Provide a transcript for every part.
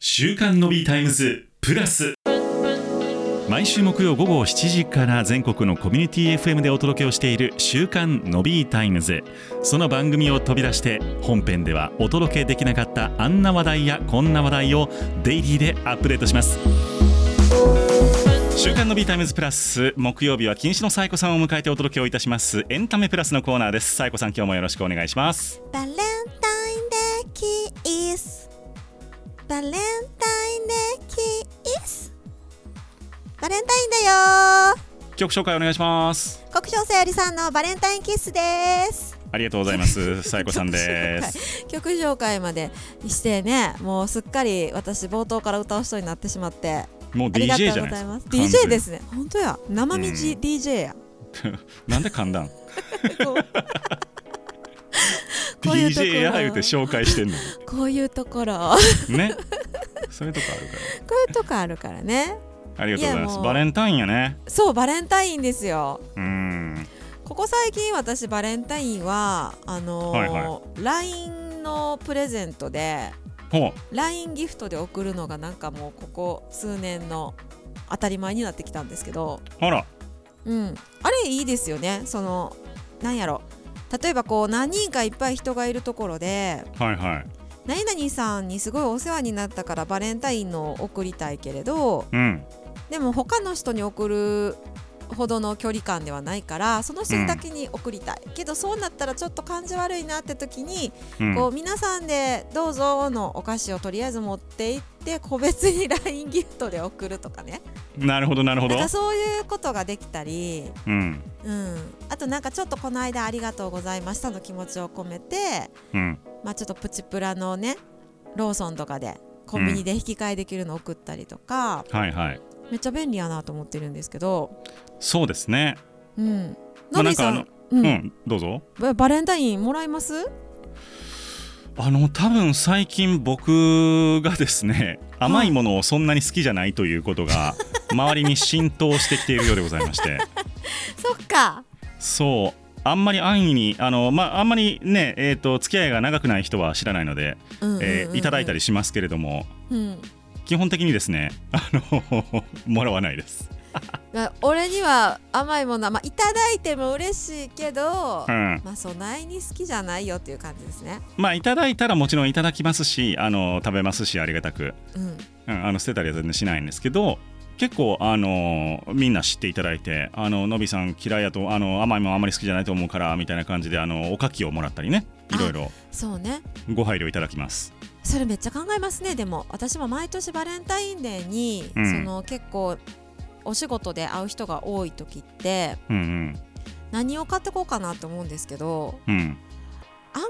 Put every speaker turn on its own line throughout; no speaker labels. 週刊のビータイムズプラス毎週木曜午後7時から全国のコミュニティ FM でお届けをしている週刊のビータイムズその番組を飛び出して本編ではお届けできなかったあんな話題やこんな話題をデイリーでアップデートします週刊のビータイムズプラス木曜日は禁止のサイコさんを迎えてお届けをいたしますエンタメプラスのコーナーですサイコさん今日もよろしくお願いします
バレンタインデーキースバレンタインデーキースバレンタインだよ
曲紹介お願いします
ー国章さゆりさんのバレンタインキッスです
ありがとうございますサイコさんです
曲紹介までしてねもうすっかり私冒頭から歌う人になってしまって
もう
ありがと
DJ じゃな
う
い
ご
で
ざ
す
います
か
DJ ですね本当や生身
う
DJ や、
なんで簡 単
こうこういうところ
DJ や言うて紹介してんの
こういうところ
にねそういうとこあるか
こういうとこあるからね
らありがとうございま
いや
す
もう
バレンタインやね
そうバレンタインですよ
うーん
ここ最近私バレンタインはあのー
はいは
LINE のプレゼントで
ほ
LINE ギフトで送るのがなんかもうここ数年の当たり前になってきたんですけど、
うほら
うん、あれいいですよねそのなんやろ例えばこう何人かいっぱい人がいるところで
はいはい
何々さんにすごいお世話になったからバレンタインの送りたいけれど
うん
でも他の人に送るほどの距離感ではないからその人にだけに送りたい、けどそうなったらちょっと感じ悪いなって時に、
うん
こう皆さんでどうぞのお菓子をとりあえず持って行って個別に LINE ギフトで送るとかね
なるほどなるほ
な
ど
んかそういうことができたり、
うん
うん、あとなんかちょっとこの間ありがとうございましたの気持ちを込めて、
うん
まあ、ちょっとプチプラのねローソンとかでコンビニで引き換えできるの送ったりとか、
はいはい
めっちゃ便利やなと思ってるんですけど。
そうですね
うん。
まあ
のびさ
なん
ん
か、
う、
うんんどうぞ
ババレンタインもらいます？
あの多分最近僕がですね甘いものをそんなに好きじゃないということ が周りに浸透してきているようでございまして
そっか。
そうあんまり安易にあの、まあ、あんまりね、えー、と付き合いが長くない人は知らないので、
うんうんうんうん
えーいただいたり。しますけれども
うん。
基本的にですねあのもらわないです、
まあ俺には甘いものはまあいただいても嬉しいけど、
うん、
まあそないに好きじゃないよっていう感じですね。
まあいただいたらもちろんいただきますしあの食べますしありがたく、
うん。
うん、あの捨てたりは全然しないんですけど結構あのみんな知っていただいてあののびさん嫌いやとあの甘いもんあんまり好きじゃないと思うからみたいな感じであのおかきをもらったりねいろいろ
そうね。
ご配慮いただきます
それめっちゃ考えますね。でも私も毎年バレンタインデーに、
うん
その結構お仕事で会う人が多い時って
うん
何を買ってこうかなと思うんですけど、
うんうん
案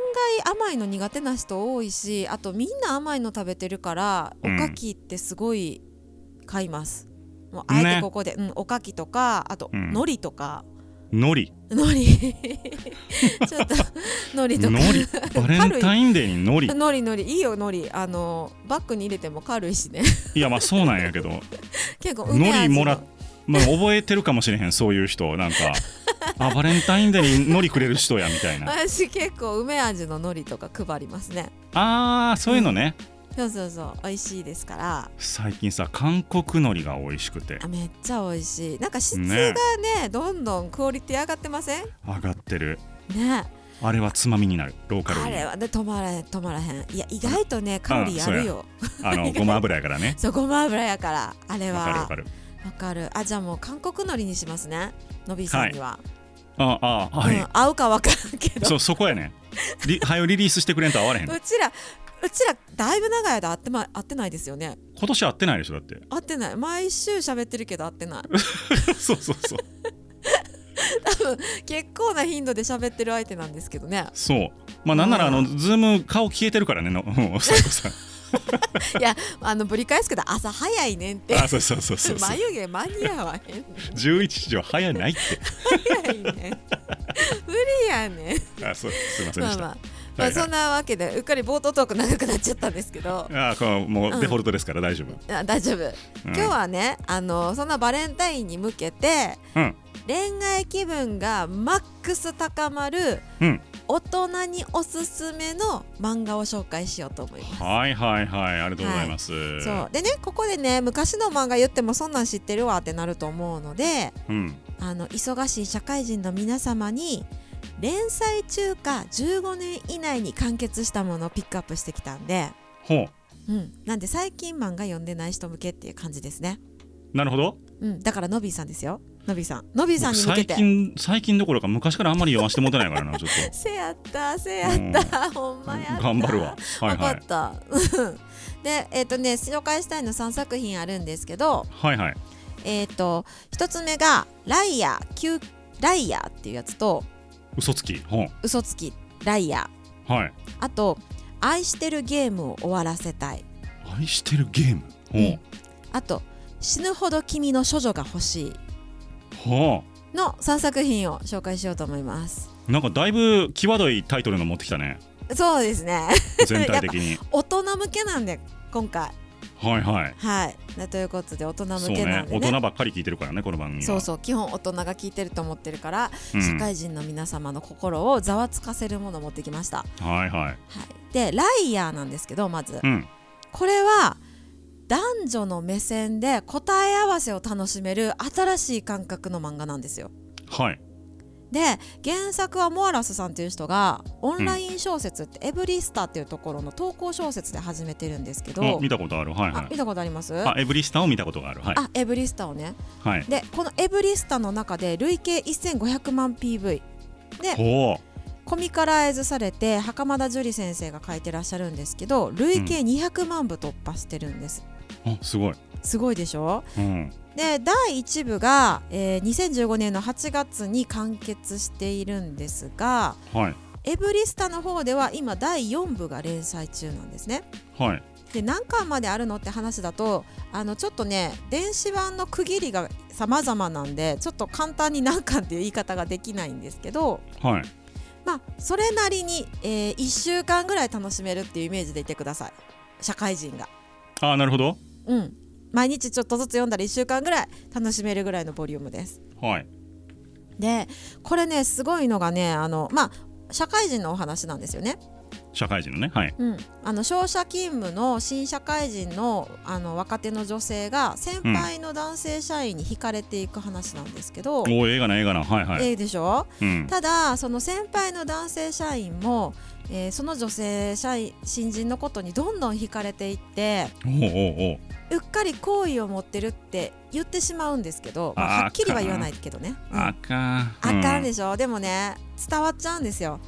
外甘いの苦手な人多いしあとみんな甘いの食べてるからお
うん
かきってすごい買います、もうあ
ね
えてここで、うん、おかきとかあと
うん
海苔とか
海苔
海苔 ちょっと海苔とか
海苔バ レンタインデーに海苔
海苔海苔いいよ海苔あのバッグに入れても軽いしね
いやまあそうなんやけど
結構
海
梅
苔
味の
もらっまあ覚えてるかもしれへんそういう人なんかあバレンタインデーに海苔くれる人やみたいな
私結構梅味の海苔とか配りますね
あーそういうのね
そうそうそう美味しいですから
最近さ韓国海苔が美味しくて
あめっちゃ美味しいなんか質がね
ね
どんどんクオリティ上がってません
上がってる
ね
あれはつまみになるローカル
あ
に
れはね止まらへん止まらへんいや意外とねカロリーあるよ
あのごま油や からね
そうごま油やからあれは
わかるわかる
わかるあじゃあもう韓国のりにしますねのびさんには、
ああはい、
うん、合うかわからんけど
そうそこやねりはよリリースしてくれんと合われへん
うちらうちらだいぶ長い間会って,、ま、会ってないですよね
今年合ってないでしょだって
会ってない毎週喋ってるけど会っ てない
そうそうそう
結構な頻度で喋ってる相手なんですけ どね
そうまあなんならあの、ズーム顔消えてるからねのうんさこさん
いやあのぶり返すけど朝早いねん って
あそうそうそうそうそう
眉毛間に合わへん
11時は早ないっ
早いねん無理やねん
てあそうすいませんで
ま
し
あ
た、
まあ、まあ、
はいはい
そんなわけでうっかり冒頭トーク長くなっちゃったんですけ ど
あこれも
うん
うデフォルトですから大丈夫、うん
あ大丈夫、今日はねあのそんなバレンタインに向けて
うん
恋愛気分がマックス高まる
うん
大人におすすめの漫画を紹介しようと思います。
はいはいはいありがとうございます、
そうでねここでね昔の漫画言ってもそんなん知ってるわってなると思うので
うん
あの忙しい社会人の皆様に連載中か15年以内に完結したものをピックアップしてきたんで、
ほ
うん、なんで最近漫画読んでない人向けっていう感じですね、
うなるほど
うん、だからノビーさんですよノビーさんノビーさんに向け
最
て
近最近どころか昔からあんまり読ませてもらってないからなちょっ と
せやったせやった、ほんまやった
頑張るわはい
分か
は
っ
い
た でえっ、とね紹介したいの3作品あるんですけど
はいはい
えっ、と1つ目が「ライアー旧ライアー」っていうやつと
嘘つきほ
「嘘つきライアー
うはい」
あと「愛してるゲームを終わらせたい
愛してるゲーム」
あと「死ぬほど君の処女が欲しい
ほうほ」
の3作品を紹介しようと思います
うなんかだいぶ際どいタイトルの持ってきた ね
そうですね
全体的に
大人向けなんで今回
はいはい
はいなということで大人向
そう
け
ね
なんで
大
ね
人ばっかり聞いてるからねこの番組は
そうそう基本大人が聞いてると思ってるから
うん
社会人の皆様の心をざわつかせるものを持ってきました、は
はいはい
い、でライヤーなんですけどまず
うん
これは男女の目線で答え合わせを楽しめる新しい感覚の漫画なんですよ
はい
で原作はモアラスさんという人がオンライン小説って、エブリスタっていうところの投稿小説で始めてるんですけど、
お見たことあるはいは
あ
い
見たことあります
あエブリスタを見たことがあるはい
あエブリスタをね
はい
でこのエブリスタの中で累計1500万 PV で
ほ
コミカライズされて袴田樹里先生が書いてらっしゃるんですけど累計200万部突破してるんです、
うあすごい
すごいでしょ
うん
で第1部が、えー2015年の8月に完結しているんですが
はい
エブリスタの方では今第4部が連載中なんですね
はい
で何巻まであるのって話だとあのちょっとね電子版の区切りが様々なんでちょっと簡単に何巻っていう言い方ができないんですけど
はい
まあ、それなりに、え1週間ぐらい楽しめるっていうイメージでいてください社会人が、
あなるほど
うん、毎日ちょっとずつ読んだら1週間ぐらい楽しめるぐらいのボリュームです
はい
でこれねすごいのがねあのまあ社会人のお話なんですよね、
社会人のねはい
うん、あの商社勤務の新社会人のあの若手の女性が先輩の男性社員に惹かれていく話なんですけど、
おお映画な映画なはいはい、
ええでしょ
うん
ただその先輩の男性社員も、えーその女性社員新人のことにどんどん惹かれていって
おうおうおう
うっかり好意を持ってるって言ってしまうんですけど、まあ
あー
はっきりは言わないけどね。うん
あかん
あかん
う
でしょ、でもね伝わっちゃうんですよ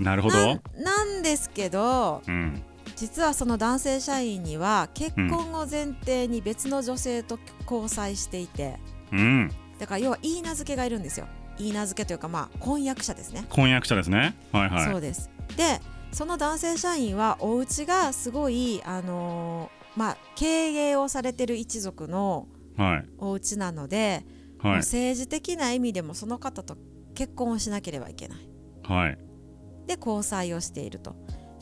んなるほ
な
ど
んなんですけど
うん
実はその男性社員には結婚を前提に別の女性と交際していて
うん
だから要は言い名付けがいるんですよ言い名付けというかまあ婚約者ですね
婚約者ですねはいはい
そうですでその男性社員はお家がすごいあのーまあ経営をされてる一族の
はい
お家なので、もう
はい
政治的な意味でもその方と結婚をしなければいけない
はい
で交際をしていると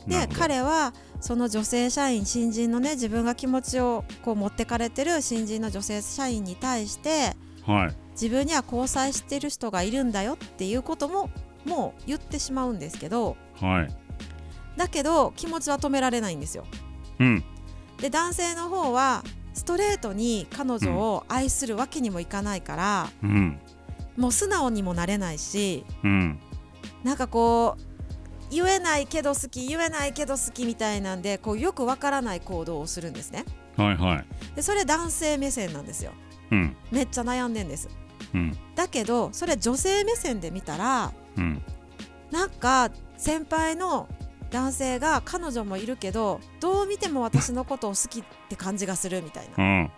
なるほ
で
ど
彼はその女性社員新人のね自分が気持ちをこう持ってかれてる新人の女性社員に対して
はい
自分には交際してる人がいるんだよっていうことももう言ってしまうんですけど
はい
だけど気持ちは止められないんですよ
うん
で男性の方はストレートに彼女を愛するわけにもいかないから、
うん
もう素直にもなれないし
うん
なんかこう言えないけど好き言えないけど好きみたいなんでこうよくわからない行動をするんですね
はいはい
でそれ男性目線なんですよ
うん
めっちゃ悩んでんです
うん
だけどそれ女性目線で見たら
うん
なんか先輩の男性が彼女もいるけどどう見ても私のことを好きって感じがするみたいな
うん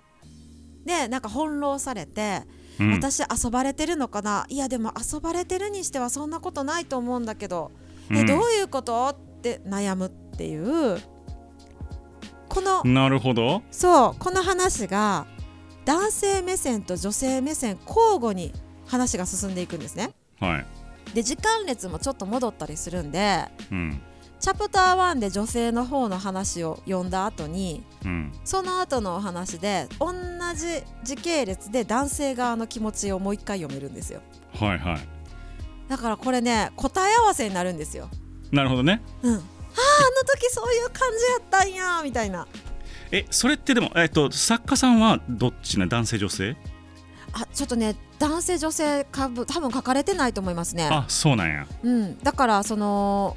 でなんか翻弄されて、
うん
私遊ばれてるのかないやでも遊ばれてるにしてはそんなことないと思うんだけど、
う
え
ん
どういうことって悩むっていうこの、
なるほど
そうこの話が男性目線と女性目線交互に話が進んでいくんですね。
はい
で時間列もちょっと戻ったりするんで
うん
チャプター1で女性の方の話を読んだ後に
うん
その後のお話で同じ時系列で男性側の気持ちをもう一回読めるんですよ
はいはい
だからこれね答え合わせになるんですよ
なるほどね
うん、あーあの時そういう感じやったんやみたいな
えそれってでも、えっと、作家さんはどっちな男性女性
あちょっとね男性女性かぶ多分書かれてないと思いますね
あそうなんや
うん、だからその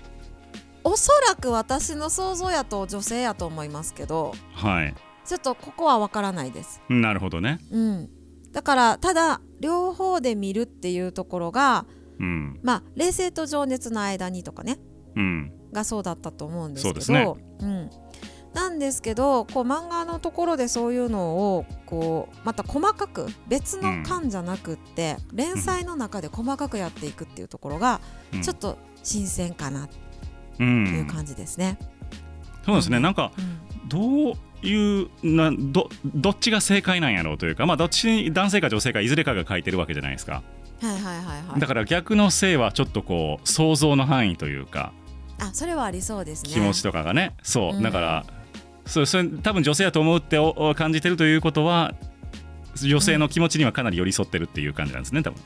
おそらく私の想像やと女性やと思いますけど
はい
ちょっとここはわからないです、
なるほどね
うん、だからただ両方で見るっていうところが
うん
まあ冷静と情熱の間にとかね
うん
がそうだったと思うんですけど
そうで
うん、なんですけどこう漫画のところでそういうのをこうまた細かく別の巻じゃなくって、連載の中で細かくやっていくっていうところが
うん
ちょっと新鮮かなって
う
いうん感じですね。
そうですねなんか
うん
どういうなどどっちが正解なんやろうというかまあどっち男性か女性かいずれかが書いてるわけじゃないですか
はいはいはいはい
だから逆の性はちょっとこう想像の範囲というか
あそれはありそうですね
気持ちとかがねそう、
うん
だからそうそれ多分女性やと思うっておお感じてるということは女性の気持ちにはかなり寄り添ってるっていう感じなんですね多分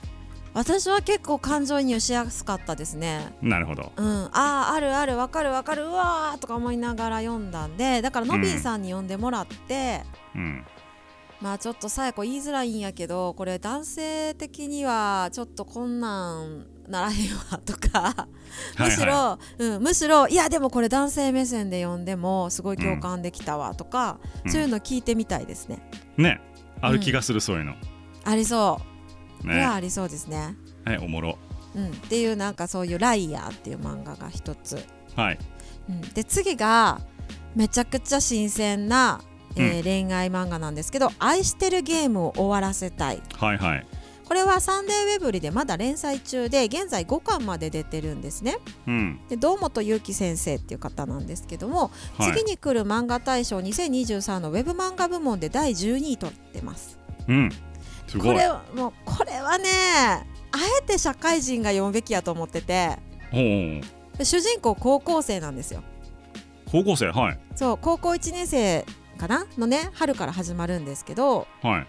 私は結構感情移入しやすかったですね
なるほど
うん、あーあるあるわかるわかるうわーとか思いながら読んだんでだからのびーさんに読んでもらって、
うん
まあちょっとさえこう言いづらいんやけどこれ男性的にはちょっとこんなんならへんわとかむし ろ、
は
うん、むしろいやでもこれ男性目線で読んでもすごい共感できたわとか、
うん
そういうの聞いてみたいですね、
いはい、ねある気がするそういうの、
ありそう、これは
ね
ありそうですね
ねおもろ
うん、っていうなんかそういう「ライヤー」っていう漫画が一つ、
はい
うん、で次がめちゃくちゃ新鮮な、えー恋愛漫画なんですけど「愛してるゲームを終わらせたい
はいはい」
これは「サンデーウェブリ」でまだ連載中で現在5巻まで出てるんですね
うん
で堂本裕樹先生っていう方なんですけども、
はい
次に来る漫画大賞2023のウェブ漫画部門で第12位取ってます
うんす
こ
ごい
れはもうこれはねあえて社会人が読むべきやと思ってて
ほう
主人公高校生なんですよ
高校生はい
そう高校1年生かなのね春から始まるんですけど
はい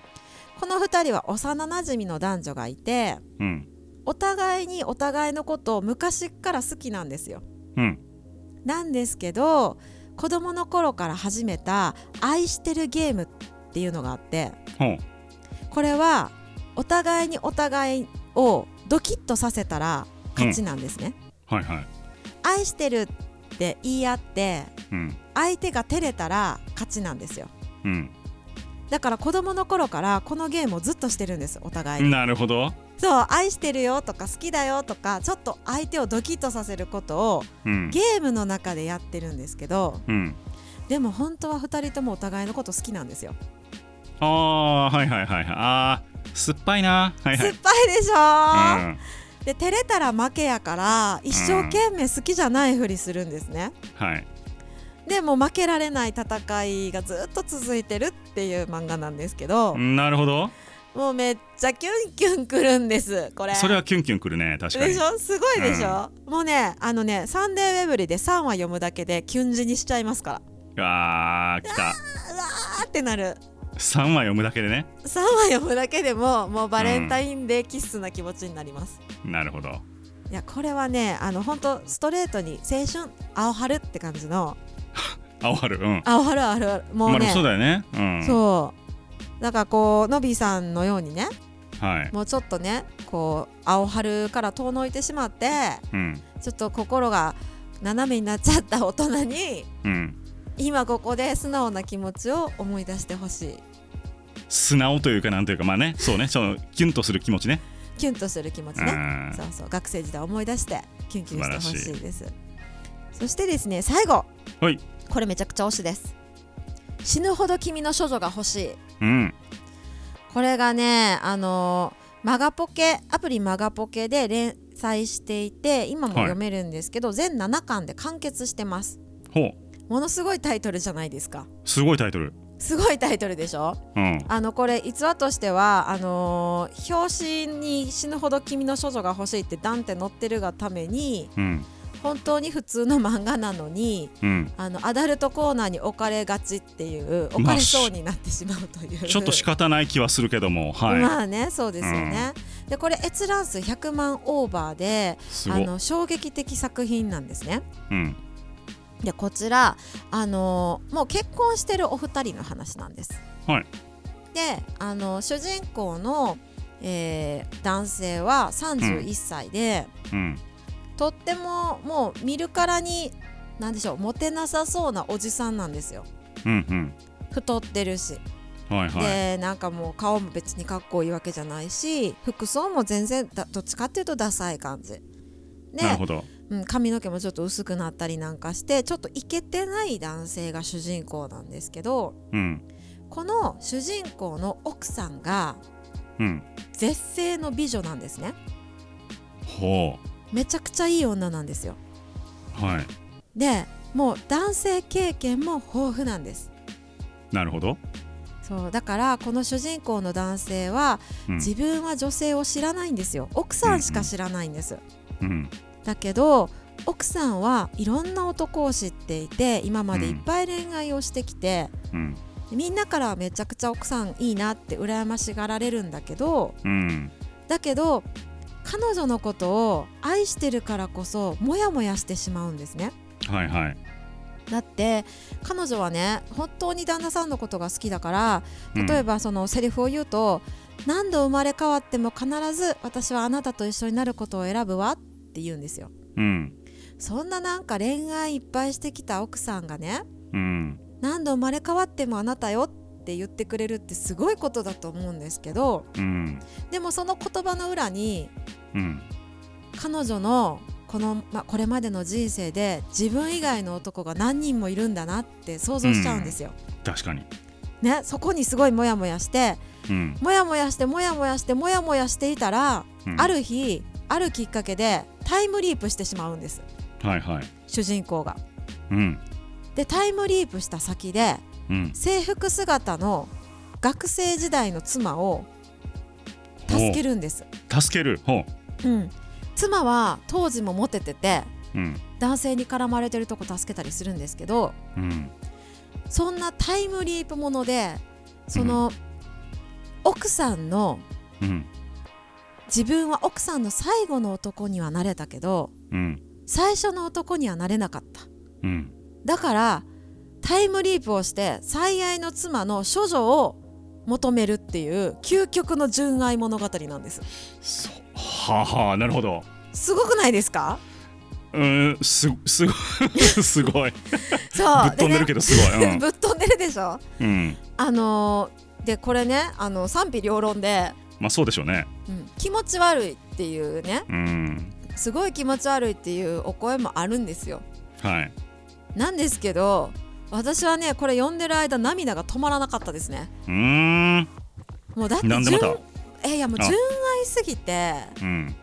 この2人は幼なじみの男女がいて
うん
お互いにお互いのことを昔から好きなんですよ。
うん
なんですけど子供の頃から始めた「愛してるゲーム」っていうのがあって
ほう
これはお互いにお互いをドキッとさせたら勝ちなんですね。
はいはい
愛してるって言い合って
うん
相手が照れたら勝ちなんですよ。
う
だから子供の頃からこのゲームをずっとしてるんですお互いに、
んなるほど
そう愛してるよとか好きだよとかちょっと相手をドキッとさせることを
うん
ゲームの中でやってるんですけど
うん
でも本当は2人ともお互いのこと好きなんですよ
ああはいはいはいはいあー酸っぱいなはいは
酸
い
っぱいでしょ、
うん
で照れたら負けやから一生懸命好きじゃないふりするんですね
はい
でもう負けられない戦いがずっと続いてるっていう漫画なんですけど
なるほど
もうめっちゃキュンキュンくるんですこれ
それはキュンキュンくるね確か
で
に
しょすごいでしょ、もうねあのね「サンデーウェブリ」で3話読むだけでキュン字にしちゃいますから
あー来た
うわーってなる
3話読むだけでね
3話読むだけでももうバレンタインデーキッスな気持ちになります、
なるほど
いやこれはねあの本当ストレートに青春青春って感じの
青春うん
青春青春もう
まあ
ね、
でもそうだよねうん
そうなんかこうのびーさんのようにね
はい
もうちょっとねこう青春から遠のいてしまって
うん
ちょっと心が斜めになっちゃった大人に
うん
今ここで素直な気持ちを思い出してほしい
素直というかなんというかまあねそうねそのキュンとする気持ちね
キュンとする気持ち
う
ね
ん
そうそう学生時代を思い出してキュンキュンしてほ
素
し
晴
いですそしてですね最後
はい
これめちゃくちゃ推しです死ぬほど君の処女が欲しい
うん
これがねあのーマガポケアプリマガポケで連載していて今も
はい
読めるんですけど、全7巻で完結してます
ほう
ものすごいタイトルじゃないですか
すごいタイトル
すごいタイトルでしょ
うん
あのこれ逸話としてはあのー表紙に死ぬほど君の処女が欲しいってダンって載ってるがために
うん
本当に普通の漫画なのに
うん
あのアダルトコーナーに置かれがちっていう置かれそうになってしまうという、
ちょっと仕方ない気はするけどもはい
まあねそうですよね、でこれ閲覧数100万オーバーです
ご
あ
い
の衝撃的作品なんですね。
うん
でこちら、あのーもう結婚してるお二人の話なんです。
はい
で、あの主人公の、えー男性は31歳で、
うん
とってももう見るからに何でしょうモテなさそうなおじさんなんですよ。
うん
太ってるし、
うんはいはい
でなんかもう顔も別にかっこいいわけじゃないし服装も全然だどっちかっていうとダサい感じ。で
なるほど
うん、髪の毛もちょっと薄くなったりなんかしてちょっとイケてない男性が主人公なんですけど
うん
この主人公の奥さんが
うん
絶世の美女なんですね
ほ
めちゃくちゃいい女なんですよ
うはい
でもう男性経験も豊富なんです
なるほど、
そうだからこの主人公の男性は
うん
自分は女性を知らないんですよ奥さんしか知らないんです
うん
だけど奥さんはいろんな男を知っていて今までいっぱい恋愛をしてきて、
うん
みんなからはめちゃくちゃ奥さんいいなって羨ましがられるんだけど
うん
だけど彼女のことを愛してるからこそモヤモヤしてしまうんですね
はいはい、
だって彼女はね本当に旦那さんのことが好きだから
うん
例えばそのセリフを言うと、何度生まれ変わっても必ず私はあなたと一緒になることを選ぶわって言うんですよ
うん
そんななんか恋愛いっぱいしてきた奥さんがね
うん
何度生まれ変わってもあなたよって言ってくれるってすごいことだと思うんですけど
うん
でもその言葉の裏に
うん
彼女のこの、ま、これまでの人生で自分以外の男が何人もいるんだなって想像しちゃうんですよ。
確かに
ね、そこにすごいモヤモヤして
うん、
モヤモヤしてモヤモヤしてモヤモヤしていたら、
うん
ある日あるきっかけでタイムリープしてしまうんです
はいはい
主人公が。
うん
でタイムリープした先で
うん
制服姿の学生時代の妻を助けるんです。
ほう助けるほ
うん、妻は当時もモテてて
ううん
男性に絡まれてるとこ助けたりするんですけど
うん
そんなタイムリープものでその、奥さんの
うん
自分は奥さんの最後の男にはなれたけど
うん
最初の男にはなれなかった
うん
だからタイムリープをして最愛の妻の処女を求めるっていう究極の純愛物語なんです
そうはあはあなるほど
すごくないですか
うーんすすごすごいぶ
そう
っ飛んでるけどすごい、
ぶっ飛んでるでしょ
うん、うん、
あのーでこれねあの賛否両論で、
まあそうでしょうね
うん気持ち悪いっていうね
うん
すごい気持ち悪いっていうお声もあるんですよ
はい
なんですけど私はねこれ読んでる間涙が止まらなかったですね
うーん
もうだって
なんでまた
えいやもう
あ
純愛すぎて
うん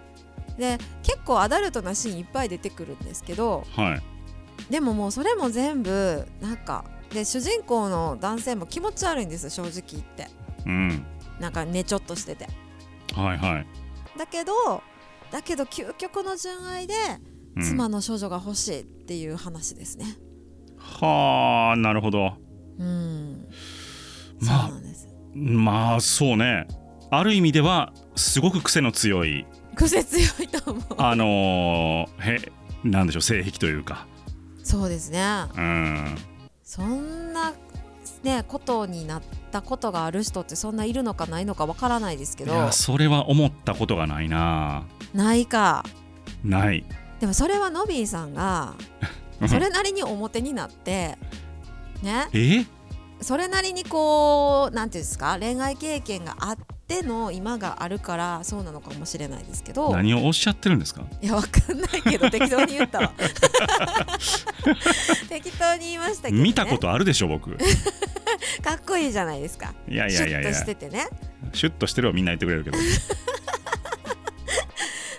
で結構アダルトなシーンいっぱい出てくるんですけど
はい
でももうそれも全部なんかで主人公の男性も気持ち悪いんです正直言って
うん
なんかねちょっとしてて
はいはい、
だけどだけど究極の純愛で
うん、
妻の少女が欲しいっていう話ですね。
はあなるほど
うん、
まあ
そうなんです。
まあそうねある意味ではすごく癖の強い
癖強いと思う。
あのー、へなんでしょう性癖というか
そうですね。
うん
そんなねことになったことがある人ってそんないるのかないのかわからないですけ
い
ど、
やそれは思ったことがないな
ないか。
ない
でもそれはノビーさんがそれなりに表になって。ね、
え
それなりにこうなんていうんですか恋愛経験があっての今があるからそうなのかもしれないですけど
何をおっしゃってるんですか
いやわかんないけど適当に言ったわ 適当に言いましたけど、ね、
見たことあるでしょ僕い
かっこいいじゃないですか
やい
シ
や
ュ
いや
ッ
い
と
や
しててね
シュッとしてるはみんな言ってくれるけど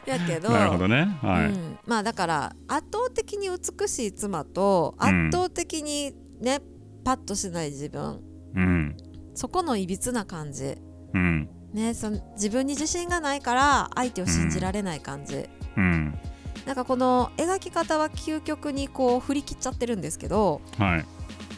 だけど
なるほどねはい、
うん、まあだから圧倒的に美しい妻と圧倒的にね、パッとしない自分
うん
そこのいびつな感じ
うん
ねその自分に自信がないから相手を信じられない感じ、
うん
なんかこの描き方は究極にこう振り切っちゃってるんですけど
はい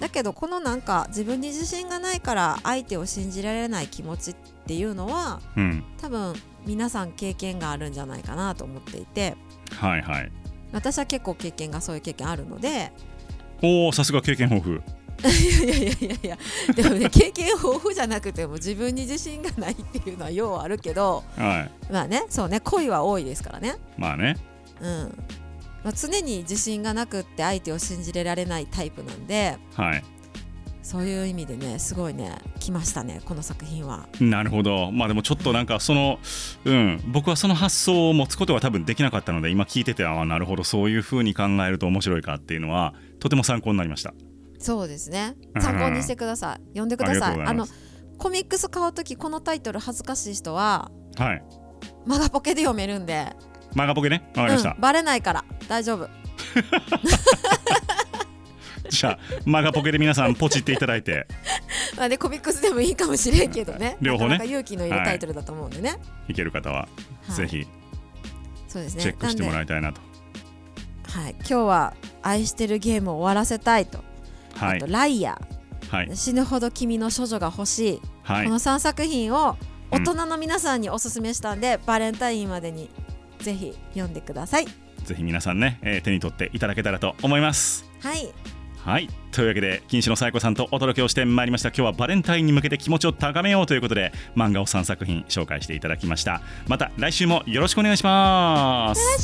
だけどこのなんか自分に自信がないから相手を信じられない気持ちっていうのは
うん
多分皆さん経験があるんじゃないかなと思っていて
はいはい
私は結構経験がそういう経験あるので
おおさすが経験豊富
いやいやいやいやいやでもね経験豊富じゃなくても自分に自信がないっていうのはようあるけど
はい
まあねそうね恋は多いですからね
まあね
うん、まあ、常に自信がなくって相手を信じられないタイプなんで
はい
そういう意味でねすごいね来ましたねこの作品は。
なるほどまあでもちょっとなんかそのうん僕はその発想を持つことは多分できなかったので今聞いててああなるほどそういう風に考えると面白いかっていうのはとても参考になりました
そうですね参考にしてください読んでくだ
あ
さ
り
い
が
あ
とうございま
のコミックス買う時このタイトル恥ずかしい人は
はい
マガポケで読めるんで、
マガポケねわかりました、
うん、バレないから大丈夫
じゃあマガポケで皆さんポチっていただいて
まあねコミックスでもいいかもしれんけどね
両方ね
なかなか勇気のいるタイトルだと思うんでね、
いける方は
はい
ぜひ
そうですね
チェックしても
なん
らいたいなと、
ではい、今日は愛してるゲームを終わらせたいと、
は
あ
い
とライア
はい
ー死ぬほど君の処女が欲しい、
はい
この3作品を
う
大
ん
人の皆さんにおすすめしたんで、バレンタインまでにぜひ読んでください
ぜひ皆さんね、えー手に取っていただけたらと思います。
はい
はいというわけで金糸のサイコさんとお届けをしてまいりました今日はバレンタインに向けて気持ちを高めようということで漫画を3作品紹介していただきましたまた来週もよろしくお願いします